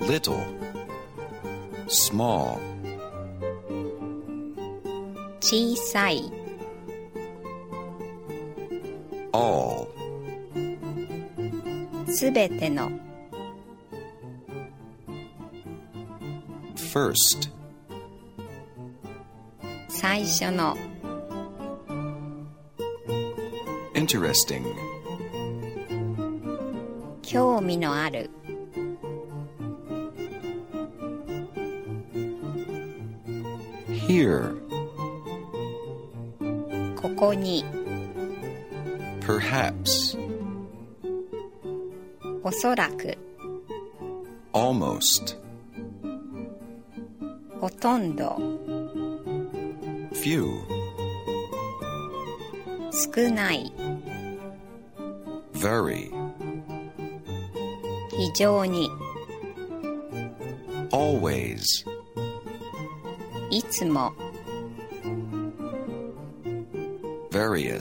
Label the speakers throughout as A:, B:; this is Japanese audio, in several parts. A: little, small,
B: 小さい
A: all,
B: すべての
A: first,
B: 最初の
A: interesting,
B: 興味のある
A: here,
B: ここに
A: perhaps,
B: おそらく
A: almost,
B: ほとんど
A: few,
B: 少ない
A: very,
B: 非常に
A: always,
B: いつも
A: various,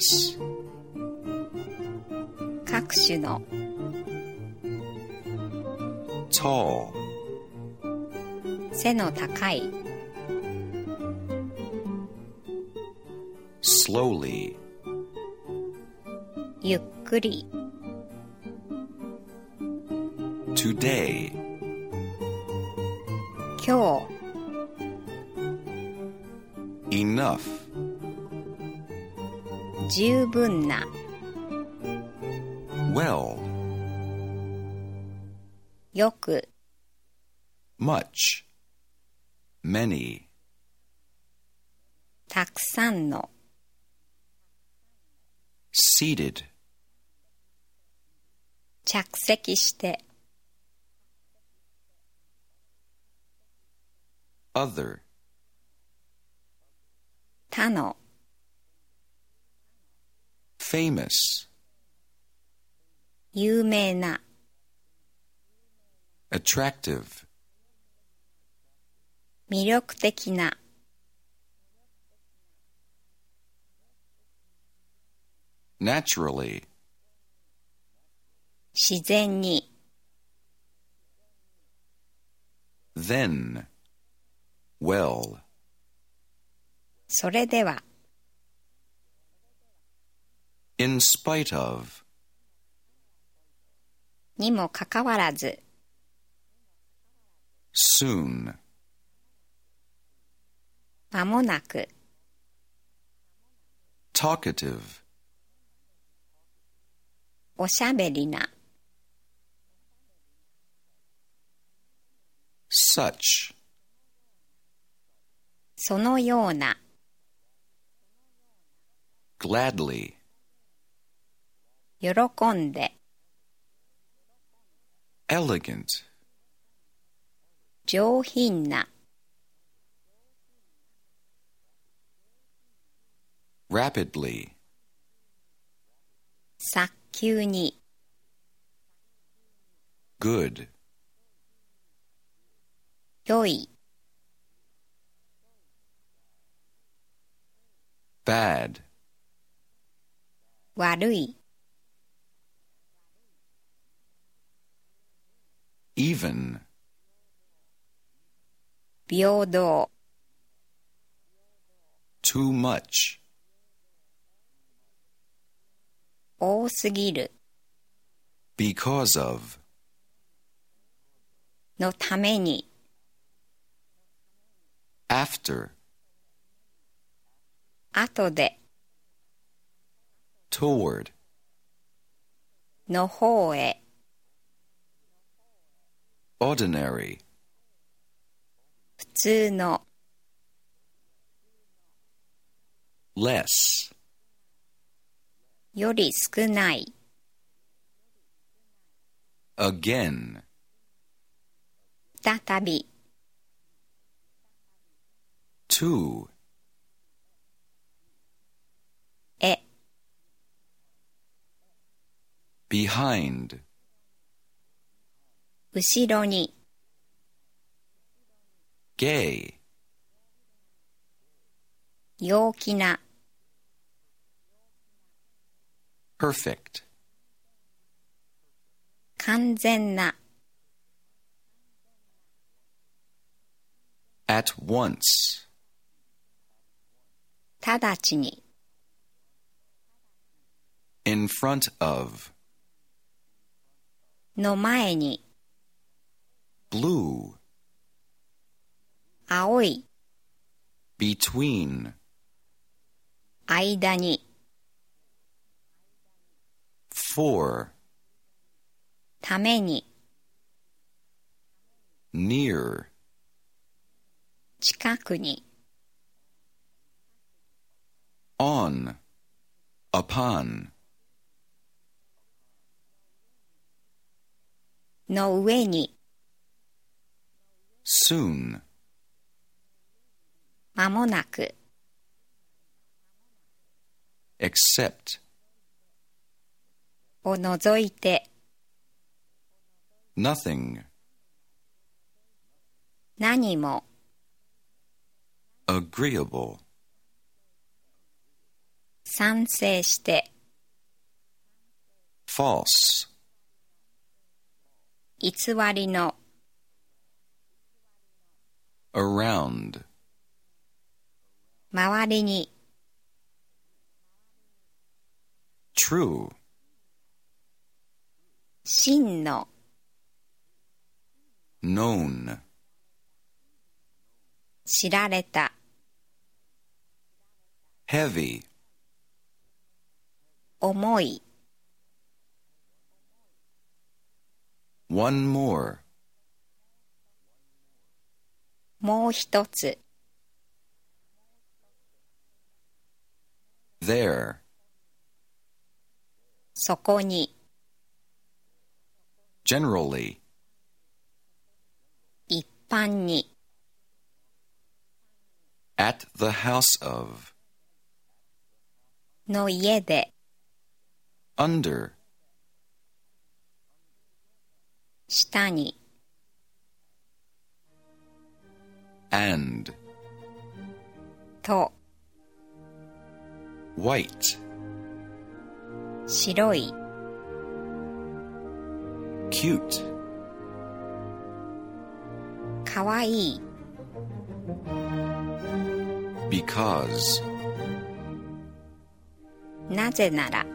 B: 各種の
A: tall,
B: 背の高い
A: slowly,
B: ゆっくり
A: today,
B: 今
A: enough,
B: 日十分な
A: well,
B: よく
A: much, many,
B: たくさんの
A: seated,
B: 着席して
A: other,
B: 他の
A: famous,
B: 有名な
A: attractive,
B: 魅力的な
A: naturally,
B: 自然に
A: then, well,
B: それでは
A: in spite of,
B: にもかかわらず
A: soon,
B: 間もなく
A: talkative,
B: おしゃべりな
A: such,
B: そのような
A: gladly,
B: 喜んで
A: elegant,
B: 上品な
A: rapidly,
B: 早急に
A: good,
B: 良い
A: bad,
B: 悪い
A: even,
B: 平等
A: too much,
B: 多すぎる
A: because of,
B: のために
A: after,
B: 後で
A: toward,
B: の方へ
A: ordinary,
B: 普通の
A: less,
B: より少ない
A: again,
B: 再び
A: to, behind,
B: 後ろに、
A: gay,
B: 陽気な、
A: perfect,
B: 完全な、
A: at once,
B: 直ちに、
A: in front of,
B: の前に、
A: blue,
B: 青い、
A: between,
B: 間に、
A: for,
B: ために、
A: near,
B: 近くに、
A: on, upon,
B: の上に、
A: soon,
B: 間もなく、
A: except,
B: を除いて、
A: nothing,
B: 何も、
A: agreeable,
B: 賛成して、
A: false,
B: 偽りの、
A: around,
B: 周りに、
A: true,
B: 真の、
A: known,
B: 知られた、
A: heavy,
B: 重い、
A: one more,
B: もう一つ、
A: there,
B: そこに、
A: generally,
B: 一般に、
A: at the house of,
B: の家で、
A: under,
B: 下に、
A: and,
B: と、
A: white,
B: 白い、
A: cute,
B: かわいい、
A: because,
B: なぜなら、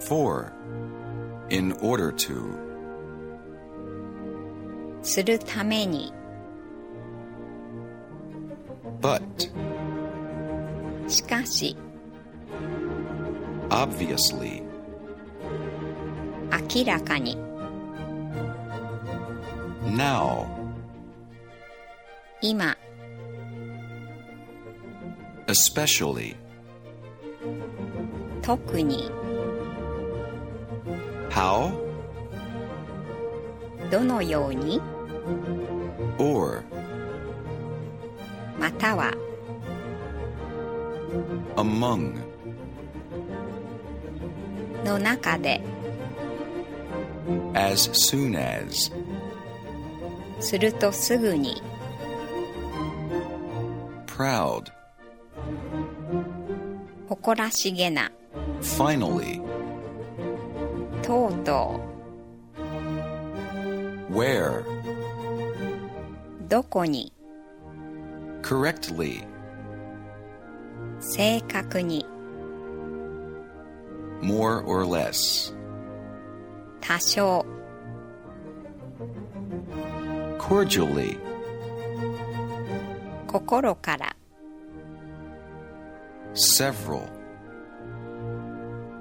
A: for, in order to,
B: するために、
A: but,
B: しかし、
A: obviously,
B: 明らかに、
A: now,
B: 今、
A: especially,
B: 特に、
A: how,
B: どのように、
A: or,
B: または、
A: among,
B: の中で、
A: as soon as,
B: するとすぐに、
A: proud,
B: 誇らしげな、
A: finally,
B: とうと
A: where,
B: う、どこに、
A: correctly,
B: 正確に、
A: more or less,
B: 多少、
A: cordially,
B: 心から、
A: several,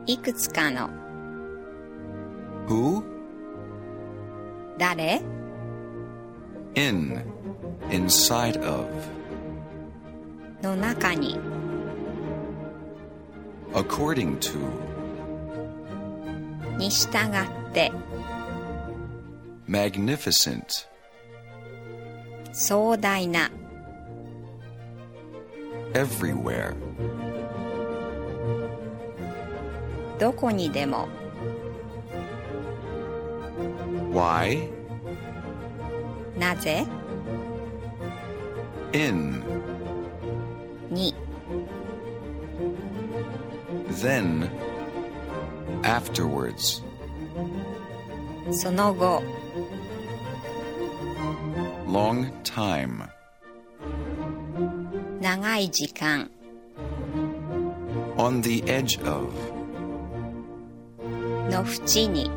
B: いくつかの、
A: who,
B: 誰
A: in, inside of,
B: の中に、
A: according to,
B: に従って、
A: magnificent,
B: 壮大な、
A: everywhere,
B: どこにでも、
A: Why?
B: なぜ
A: In.
B: に
A: Then. Afterwards.
B: その後
A: Long time.
B: 長い時間
A: On the edge of.
B: の縁に